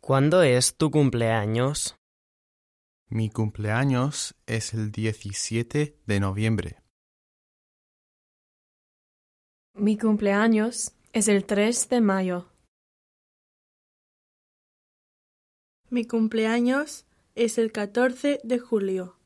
¿Cuándo es tu cumpleaños? Mi cumpleaños es el 17 de noviembre. Mi cumpleaños es el 3 de mayo. Mi cumpleaños es el 14 de julio.